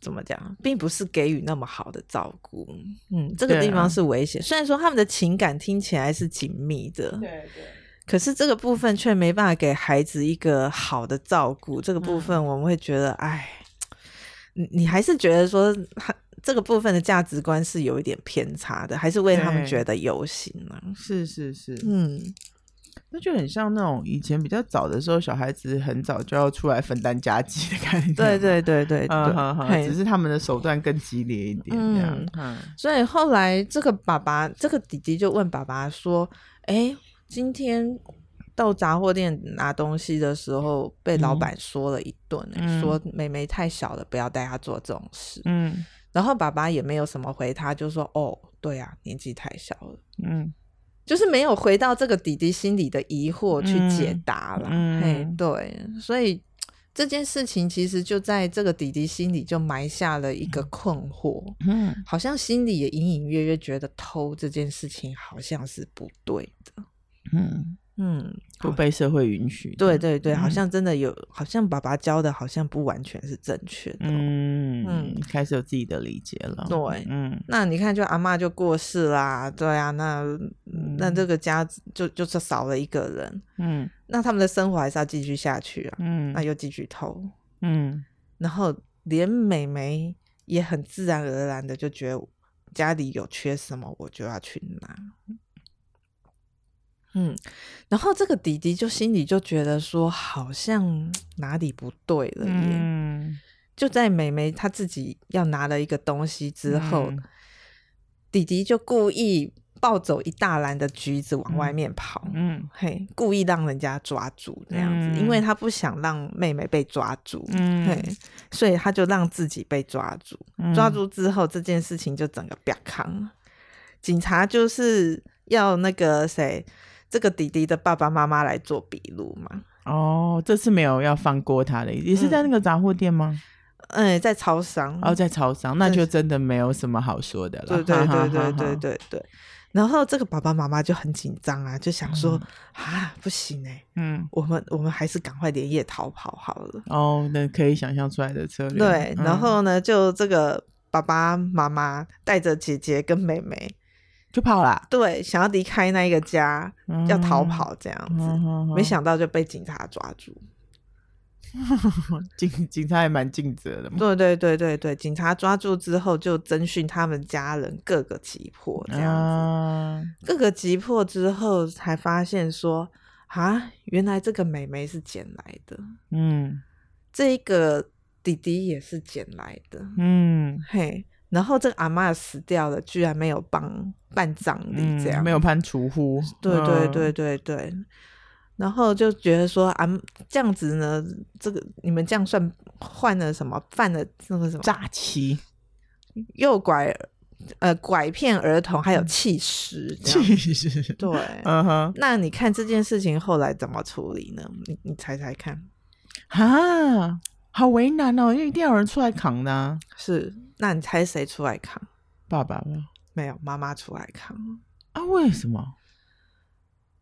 B: 怎么讲，啊并不是给予那么好的照顾，嗯，这个
A: 对啊
B: 地方是危险。虽然说他们的情感听起来是紧密的，
A: 对对，
B: 可是这个部分却没办法给孩子一个好的照顾，这个部
A: 嗯
B: 分我们会觉得，哎、你你还是觉得说，他这个部分的价值观是有一点偏差的，还是为他们
A: 对
B: 觉得忧心呢、
A: 是是是，
B: 嗯，
A: 那就很像那种以前比较早的时候，小孩子很早就要出来分担家计的概念，
B: 对对对对对，
A: [LAUGHS] 嗯哼哼，
B: 嘿
A: 只是他们的手段更激烈一点，这样
B: 嗯，
A: 嗯
B: 所以后来这个爸爸，这个弟弟就问爸爸说：“哎、今天到杂货店拿东西的时候，被老
A: 嗯
B: 板说了一顿、欸
A: 嗯
B: 说妹妹太小了，不要带她做这种事。
A: 嗯
B: 然后爸爸也没有什么回他，就说：“哦，对啊，年纪太小了。”
A: 嗯
B: 就是没有回到这个弟弟心里的疑惑去解答啦。
A: 嗯嗯
B: 嘿，对，所以这件事情其实就在这个弟弟心里就埋下了一个困惑，
A: 嗯，
B: 好像心里也隐隐约约觉得偷这件事情好像是不对的。
A: 嗯，
B: 嗯，
A: 不被社会允许。
B: 对，对对，好
A: 嗯
B: 像真的有，好像爸爸教的好像不完全是正确的哦、
A: 嗯
B: 嗯
A: 嗯，开始有自己的理解了。
B: 对
A: 嗯
B: 那你看，就阿嬷就过世啦，对啊，那那这个家就就是少了一个人，
A: 嗯
B: 那他们的生活还是要继续下去啊。那
A: 嗯
B: 又继续偷，
A: 嗯
B: 然后连美眉也很自然而然的就觉得家里有缺什么，我就要去拿。嗯，然后这个弟弟就心里就觉得说，好像哪里不对了耶。
A: 嗯，
B: 就在美眉她自己要拿了一个东西之后，
A: 嗯
B: 弟弟就故意抱走一大篮的橘子往外
A: 嗯
B: 面跑。
A: 嗯
B: 嘿，故意让人家抓住这样子，
A: 嗯
B: 因为他不想让妹妹被抓住，
A: 嗯
B: 嘿，所以他就让自己被抓住。
A: 嗯
B: 抓住之后，这件事情就整个瘪康了。警察就是要那个谁，这个弟弟的爸爸妈妈来做笔录嘛。
A: 哦，这次没有要放过他的，也是在
B: 嗯
A: 那个杂货店吗？
B: 哎、在超商，
A: 哦，在超商，那
B: 对
A: 就真的没有什么好说 [LAUGHS] 的了。
B: 对对
A: 哈哈
B: 对对
A: 哈
B: 对
A: 哈，
B: 对对。然后这个爸爸妈妈就很紧张啊，就想说、啊，不行哎、
A: 嗯。
B: 我们我们还是赶快连夜逃跑好了。
A: 哦，那可以想象出来的策略。
B: 对，
A: 嗯
B: 然后呢，就这个爸爸妈妈带着姐姐跟妹妹，
A: 就跑啦，
B: 对，想要离开那一个家，要逃
A: 嗯
B: 跑这样子。
A: 嗯哼哼
B: 没想到就被警察抓住，
A: 警警察也蛮尽责的嘛。
B: 对对对对对，警察抓住之后就侦讯他们家人各个击破，这样子，
A: 啊
B: 各个击破之后才发现说，啊，原来这个妹妹是捡来的，
A: 嗯
B: 这一个弟弟也是捡来的，
A: 嗯，
B: 嘿，然后这个阿嬷死掉了，居然没有帮办葬礼，这样、
A: 嗯没有判处户。
B: 对对
A: 嗯
B: 对，对对。然后就觉得说啊，这样子呢，这个你们这样算换了什么？犯了那个什么
A: 诈欺，
B: 诱拐，呃，拐骗儿童，还有
A: 嗯
B: 弃尸这样。
A: 其实，
B: 对，
A: 嗯哼，
B: 那你看这件事情后来怎么处理呢？你你猜猜看，
A: 啊，好为难哦，因为一定要有人出来扛的啊，
B: 是？那你猜谁出来扛？
A: 爸爸吧？
B: 没有，妈妈出来扛。
A: 啊，为什么？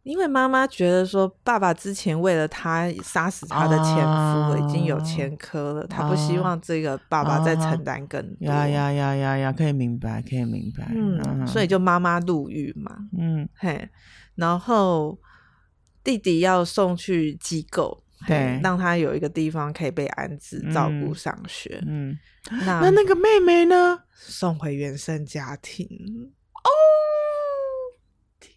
B: 因为妈妈觉得说，爸爸之前为了他杀死他的前夫
A: 啊
B: 已经有前科了，他不希望这个爸爸再承担更多。
A: 哦呀呀呀呀呀，可以明白，可以明白。
B: 嗯，所以就妈妈入狱嘛，
A: 嗯，
B: 嘿，然后弟弟要送去机构，嘿
A: 对
B: 让他有一个地方可以被安置、
A: 嗯
B: 照顾、上学，
A: 嗯，
B: 那
A: 那那个妹妹呢？
B: 送回原生家庭，
A: 哦，天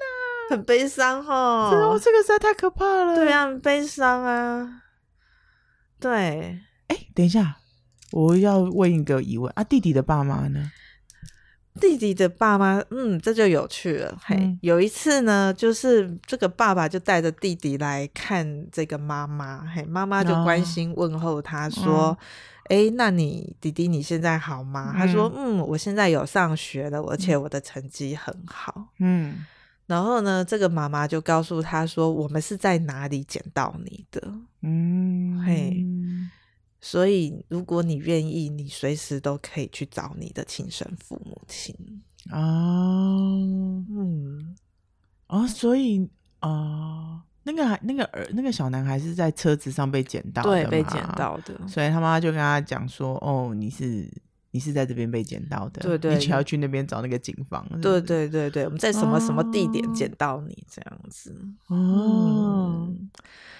A: 哪！
B: 很悲伤哦。
A: 这哦，这个实在太可怕了。
B: 对啊，很悲伤啊，对。
A: 哎等一下，我要问一个疑问啊，弟弟的爸妈呢？
B: 弟弟的爸妈，嗯，这就有趣了。嘿，
A: 嗯
B: 有一次呢，就是这个爸爸就带着弟弟来看这个妈妈，嘿，妈妈就
A: 哦嗯
B: 关心问候他说：“诶，那你弟弟你现在好吗？”他说：“嗯，我现在有上学了，而且我的成绩很好。
A: 嗯
B: 然后呢，这个妈妈就告诉他说：“我们是在哪里捡到你的？
A: 嗯，
B: 嘿所以如果你愿意，你随时都可以去找你的亲生父母亲。”
A: 哦
B: 嗯，
A: 哦，所以哦，那个孩那个儿那个小男孩是在车子上被捡到的，嗯
B: 对，被捡，到的。
A: 所以他妈就跟他讲说，哦，你是。你是在这边被捡到的，
B: 对对
A: 你只要去那边找那个警方。是不
B: 对
A: 是，
B: 对对对，我们在什么什么地点
A: 哦
B: 捡到你这样子。
A: 哦，
B: 嗯，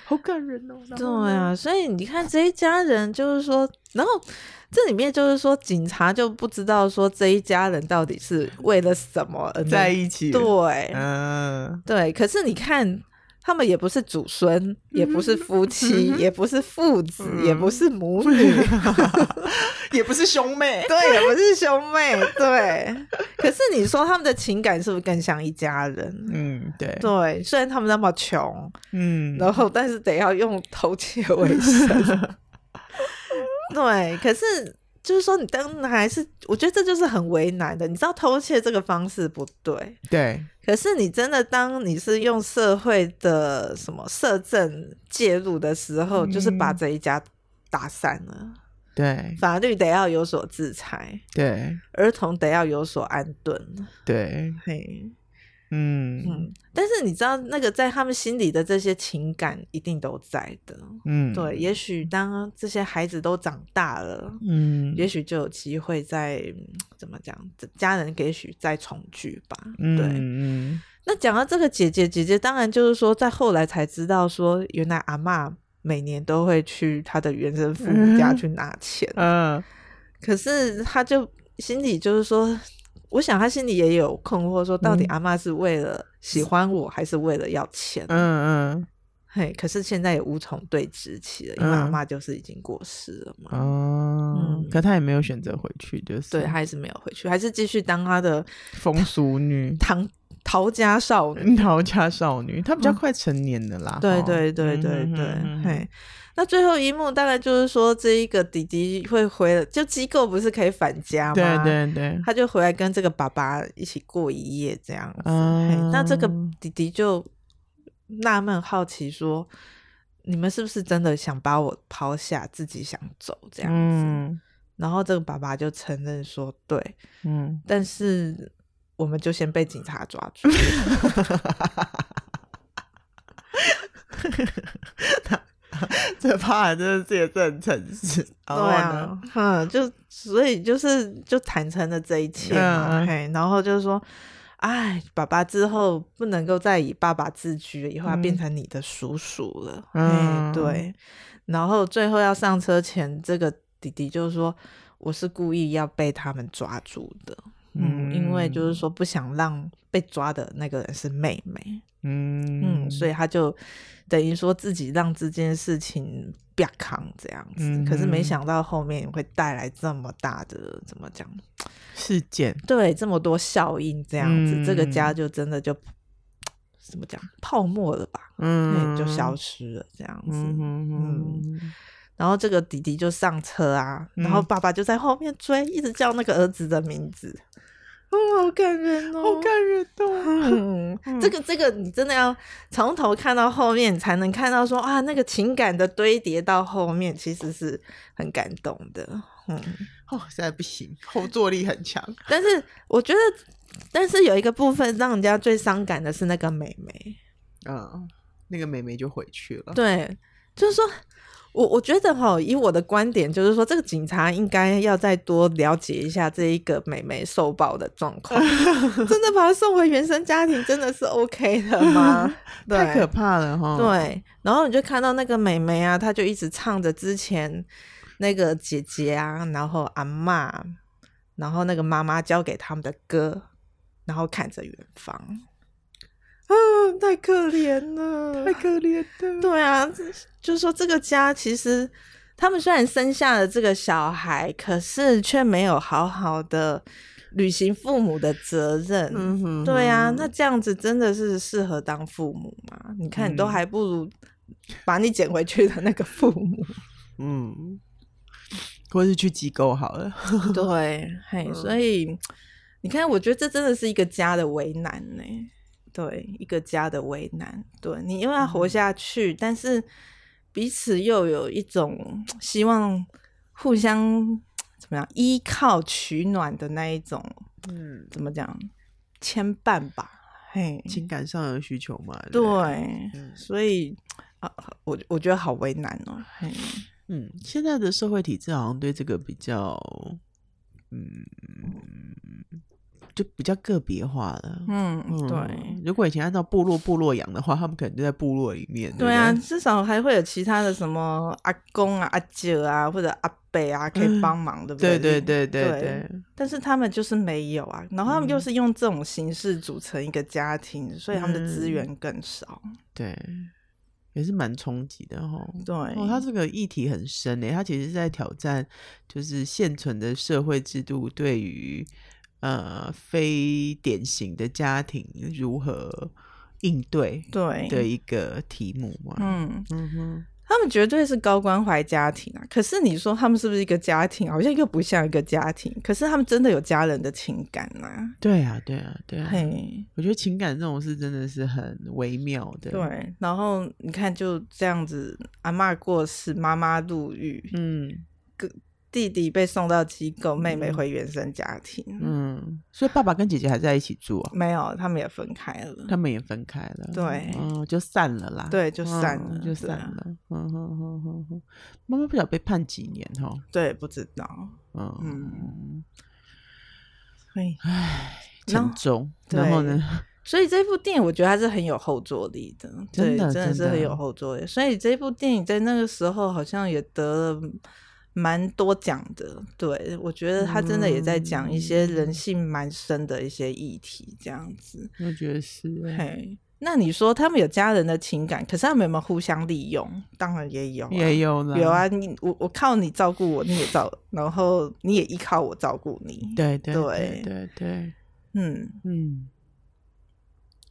A: 好感人哦。然
B: 对
A: 后呢，
B: 啊，所以你看这一家人就是说，然后这里面就是说，警察就不知道说这一家人到底是为了什么而能
A: 在一起，
B: 对
A: 嗯
B: 对，可是你看他们也不是祖孙，也不是夫
A: 嗯
B: 妻，也不是父子，也不是母女， [LAUGHS]
A: 也不是兄妹，
B: 对，也不是兄妹，对。可是你说他们的情感是不是更像一家人？
A: 嗯，对，
B: 对，虽然他们那么穷，
A: 嗯，
B: 然后但是得要用偷窃为
A: [LAUGHS]
B: 生。对，可是就是说，你当然还是我觉得这就是很为难的。你知道偷窃这个方式不对，
A: 对，
B: 可是你真的当你是用社会的什么社政介入的时候，
A: 嗯
B: 就是把这一家打散了。
A: 对，
B: 法律得要有所制裁，
A: 对，
B: 儿童得要有所安顿。
A: 对，
B: 嘿，
A: 嗯
B: 嗯，但是你知道那个在他们心里的这些情感一定都在的。
A: 嗯，
B: 对，，也许当这些孩子都长大了，
A: 嗯，
B: 也许就有机会再嗯怎么讲，家人也许再重聚吧。
A: 嗯
B: 对，
A: 嗯，
B: 那讲到这个姐姐，姐姐当然就是说，在后来才知道说，原来阿嬷每年都会去她的原生父母家去拿钱，
A: 嗯，
B: 可是她就心里就是说。我想她心里也有困惑，说到底
A: 嗯
B: 阿嬷是为了喜欢我，还是为了要钱？
A: 嗯
B: 嘿，可是现在也无从对质起了，因
A: 嗯
B: 为阿嬷就是已经过世了嘛。
A: 嗯，哦，可他也没有选择回去，就是
B: 对，还是没有回去，还是继续当她的
A: 风俗女、
B: 唐陶家少女。
A: 陶家少女，她比较快成年的啦，
B: 嗯对
A: 哈
B: 对对对
A: 嗯
B: 对，
A: 嗯嗯嗯
B: 嘿，那最后一幕大概就是说，这一个弟弟会回了，就机构不是可以返家吗？
A: 对，对对，
B: 他就回来跟这个爸爸一起过一夜这样子。嘿
A: 嗯，
B: 那这个弟弟就纳闷好奇说：“你们是不是真的想把我抛下，自己想走这样子？”
A: 嗯
B: 然后这个爸爸就承认说：“对， [LAUGHS]
A: 嗯，
B: 但是我们就先被警察抓住。”
A: 这怕真的是也是很诚实，然后
B: 对
A: 呢，
B: 啊，嗯，就所以就是就坦诚了这一切嘛，
A: 嗯嗯
B: 嘿，然后就是说，哎，爸爸之后不能够再以爸爸自居了，以后他
A: 嗯
B: 变成你的叔叔了，嗯，
A: 嗯
B: 对，然后最后要上车前，这个弟弟就说我是故意要被他们抓住的，嗯，因为就是说不想让被抓的那个人是妹妹，
A: 嗯
B: 嗯，所以他就等于说自己让这件事情不要扛这样子，
A: 嗯
B: 可是没想到后面会带来这么大的怎么讲？
A: 事件，
B: 对，这么多效应这样子，这个家
A: 嗯
B: 就真的就怎么讲泡沫了吧？
A: 嗯，
B: 对，就消失了这样子。
A: 嗯嗯嗯
B: 然后这个弟弟就上车啊，然后
A: 嗯
B: 爸爸就在后面追，一直叫那个儿子的名字。哦，好感人哦，
A: 好感人哦， [LAUGHS]
B: 嗯，这个这个你真的要从头看到后面，你才能看到说啊，那个情感的堆叠到后面，其实是很感动的。嗯，
A: 哦，实在不行，后坐力很强，
B: 但是我觉得，但是有一个部分让人家最伤感的是那个美眉，
A: 嗯，那个妹妹就回去了，
B: 对，就是说。我我觉得哈，以我的观点，就是说，这个警察应该要再多了解一下这一个美眉受暴的状
A: [LAUGHS]
B: 况，真的把她送回原生家庭，真的是 OK 的
A: [LAUGHS]
B: 吗？对
A: 太可怕了哈，，
B: 对，然后你就看到那个妹妹啊，她就一直唱着之前那个姐姐啊，然后阿嬷，然后那个妈妈教给他们的歌，然后看着远方，啊，太可怜了，
A: 太可怜了，
B: 对啊，这就是说这个家其实他们虽然生下了这个小孩，可是却没有好好的履行父母的责任。
A: 嗯哼
B: 对啊，
A: 哼
B: 那这样子真的是适合当父母吗？你看，你都
A: 嗯
B: 还不如把你捡回去的那个父母。
A: 嗯，或是去机构好了，
B: [LAUGHS] 对，嘿，所以你看，我觉得这真的是一个家的为难呢、对，一个家的为难。对你因为要活下去，但是彼此又有一种希望互相怎么样依靠取暖的那一种，
A: 嗯，
B: 怎么讲牵绊吧？嘿，
A: 情感上的需求嘛，
B: 对
A: 不，嗯
B: 所以啊，我我觉得好为难哦、嘿，
A: 嗯，现在的社会体制好像对这个比较，嗯，就比较个别化了。
C: 嗯，
B: 对，
A: 如果以前按照部落部落养的话，他们可能就在部落里面。
B: 对啊，
A: 不
B: 至少还会有其他的什么阿公啊、阿舅啊，或者阿伯啊，可以帮忙，对不
A: 对
B: 对
A: 对对对
B: 对
A: 对，嗯
B: 但是他们就是没有啊，然后他们又是用这种形式组成一个家庭，所以他们的
A: 嗯
B: 资源更少。
A: 对，也是蛮冲击的哈。
B: 对，
A: 哦，他这个议题很深诶，他其实是在挑战，就是现存的社会制度对于呃非典型的家庭如何应对
B: 对
A: 的一个题目嘛。
B: 嗯，
A: 嗯哼，
B: 他们绝对是高关怀家庭啊。可是你说他们是不是一个家庭？好像又不像一个家庭。可是他们真的有家人的情感呐、
A: 对啊，对啊，对
B: 啊。
A: 啊。 [LAUGHS]
B: 嘿，
A: 我觉得情感这种事真的是很微妙的。，
B: 对。然后你看，就这样子，阿嬷过世，妈妈入狱，
A: 嗯
B: 弟弟被送到机构，妹妹回原生家庭。
A: 嗯，所以爸爸跟姐姐还在一起住啊，
B: 没有，他们也分开了。
A: 他们也分开了。
B: 对
A: 嗯，就散了啦。
B: 对就散
A: 嗯
B: 了
A: 就
B: 对
A: 散
B: 啊
A: 了。嗯哼哼哼哼，妈妈不晓得被判几年哦哈。
B: 对，不知道。
A: 嗯，
B: 所以，然
A: 沉
B: 后
A: 重。然后呢？
B: 所以这部电影我觉得它是很有后坐力的，
A: 真的
B: 对，真
A: 真
B: 的是很
A: 的
B: 有后坐力。所以这部电影在那个时候好像也得了蛮多奖的，对我觉得它真的也在讲一些
A: 嗯
B: 人性蛮深的一些议题，这样子。
A: 我觉得
B: [LAUGHS]
A: 是欸，
B: 嘿，那你说他们有家人的情感，可是他们有没有互相利用？当然也有、啊，
A: 也有啦，
B: 有啊，，你我我靠你照顾我，你也照，然后你也依靠我照顾你，
A: 对对对
B: 对
A: 对对，
B: 嗯，
A: 嗯。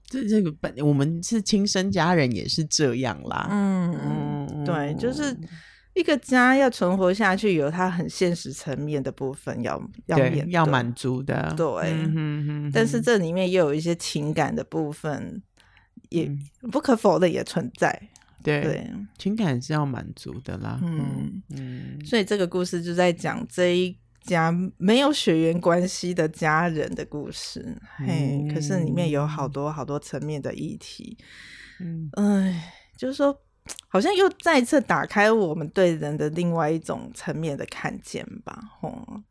A: 这这个本我们是亲生家人也是这样啦，
C: 嗯，
A: 嗯，
B: 啊对，就是
A: 嗯
B: 一个家要存活下去，有它很现实层面的部分要要
A: 对
B: 面
A: 要
B: 对
A: 满足的，
B: 对
A: 嗯哼哼
B: 但是
A: 哼
B: 这里面也有一些情感的部分，也、不可否认也存在。
A: 嗯对
B: 对，
A: 情感是要满足的啦，嗯
B: 嗯，
A: 嗯，
B: 所以这个故事就在讲这一家没有血缘关系的家人的故事。嘿，可是里面有好多好多层面的议题。
A: 嗯
B: 哎，就是说，好像又再一次打开我们对人的另外一种层面的看见吧。吼，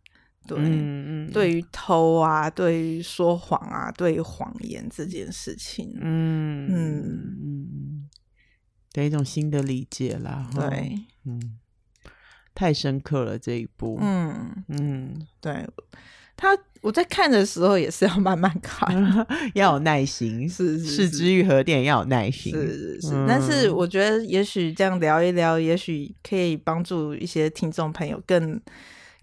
B: 对。
A: 嗯嗯，
B: 对于偷啊，对于说谎啊，对于谎言这件事情，
A: 嗯嗯
B: 嗯
A: 嗯嗯的一种新的理解啦，哈
B: 对，
A: 嗯，太深刻了这一部，
B: 嗯，
A: 嗯，
B: 对，他我在看的时候也是要慢慢
A: 嗯
B: 看，
A: [LAUGHS] 要有耐心，
B: 是是
A: 视之愈合点要有耐心，
B: 是是是，
A: 嗯
B: 但是我觉得也许这样聊一聊，也许可以帮助一些听众朋友更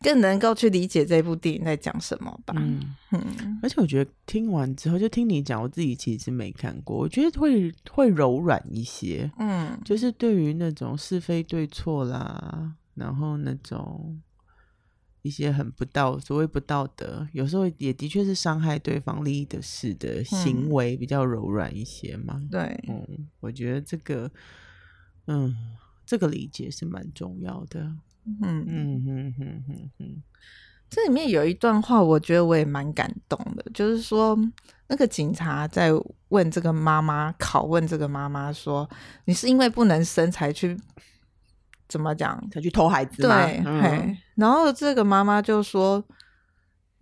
B: 更能够去理解这部电影在讲什么吧。嗯
A: 嗯，而且我觉得听完之后，就听你讲，我自己其实没看过，我觉得会会柔软一些，
B: 嗯
A: 就是对于那种是非对错啦，然后那种一些很不道，所谓不道德，有时候也的确是伤害对方利益的事的行
B: 嗯
A: 为，比较柔软一些嘛。
B: 对，
A: 嗯，我觉得这个，嗯，这个理解是蛮重要的。
B: 嗯嗯，
A: 嗯哼哼哼哼，
B: 这里面有一段话，我觉得我也蛮感动的，就是说那个警察在问这个妈妈，拷问这个妈妈说：“你是因为不能生才去怎么讲
A: 才去偷孩子
B: 对，
A: 吗？嗯
B: 嘿，然后这个妈妈就说，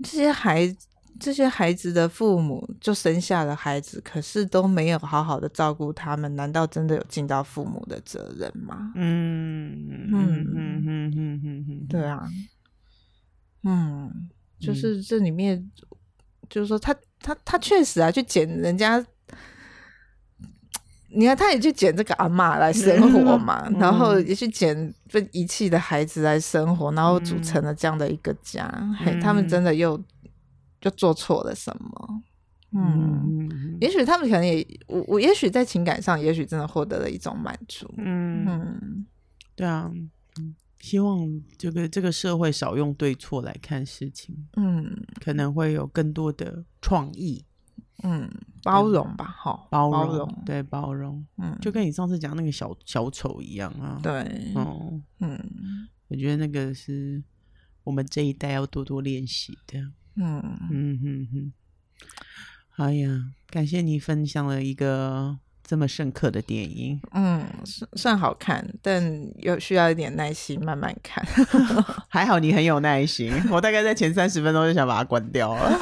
B: 这些孩这些孩子的父母就生下了孩子，可是都没有好好的照顾他们，难道真的有尽到父母的责任吗？
A: 嗯嗯嗯嗯嗯嗯嗯嗯，
B: 对啊，嗯，就是这里面，就是说他他他确实啊，去捡人家。你看，他也去捡这个阿嬷来生活嘛，
A: 嗯
B: 然后也去捡被遗弃的孩子来生活，然后组
A: 嗯
B: 成了这样的一个家。嘿，他们真的又又做错了什么？嗯，
A: 嗯嗯
B: 也许他们可能也我我也许在情感上，也许真的获得了一种满足。
A: 嗯嗯，
B: 嗯，
A: 对啊，嗯希望这个这个社会少用对错来看事情，
B: 嗯
A: 可能会有更多的创意、
B: 嗯，包容吧，哈，
A: 嗯包容，
B: 包容，
A: 对包容，
B: 嗯，
A: 就跟你上次讲那个小小丑一样啊。，
B: 对，
A: 哦，
B: 嗯
A: 我觉得那个是我们这一代要多多练习的。
B: 嗯，
A: 嗯哼哼，哎呀，感谢你分享了一个这么深刻的电影。
B: 嗯，算算好看，但有需要一点耐心慢慢看。 [LAUGHS]
A: 还好你很有耐心，我大概在前三十分钟就想把它关掉了。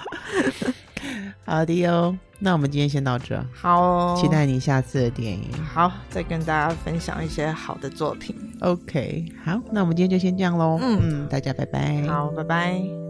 A: [LAUGHS] 好的哟，那我们今天先到这，
B: 好、哦，
A: 期待你下次的电影。
B: 好，再跟大家分享一些好的作品。
A: OK，好，那我们今天就先这样喽。
B: 哦嗯
A: 嗯，大家拜拜。
B: 好，拜拜。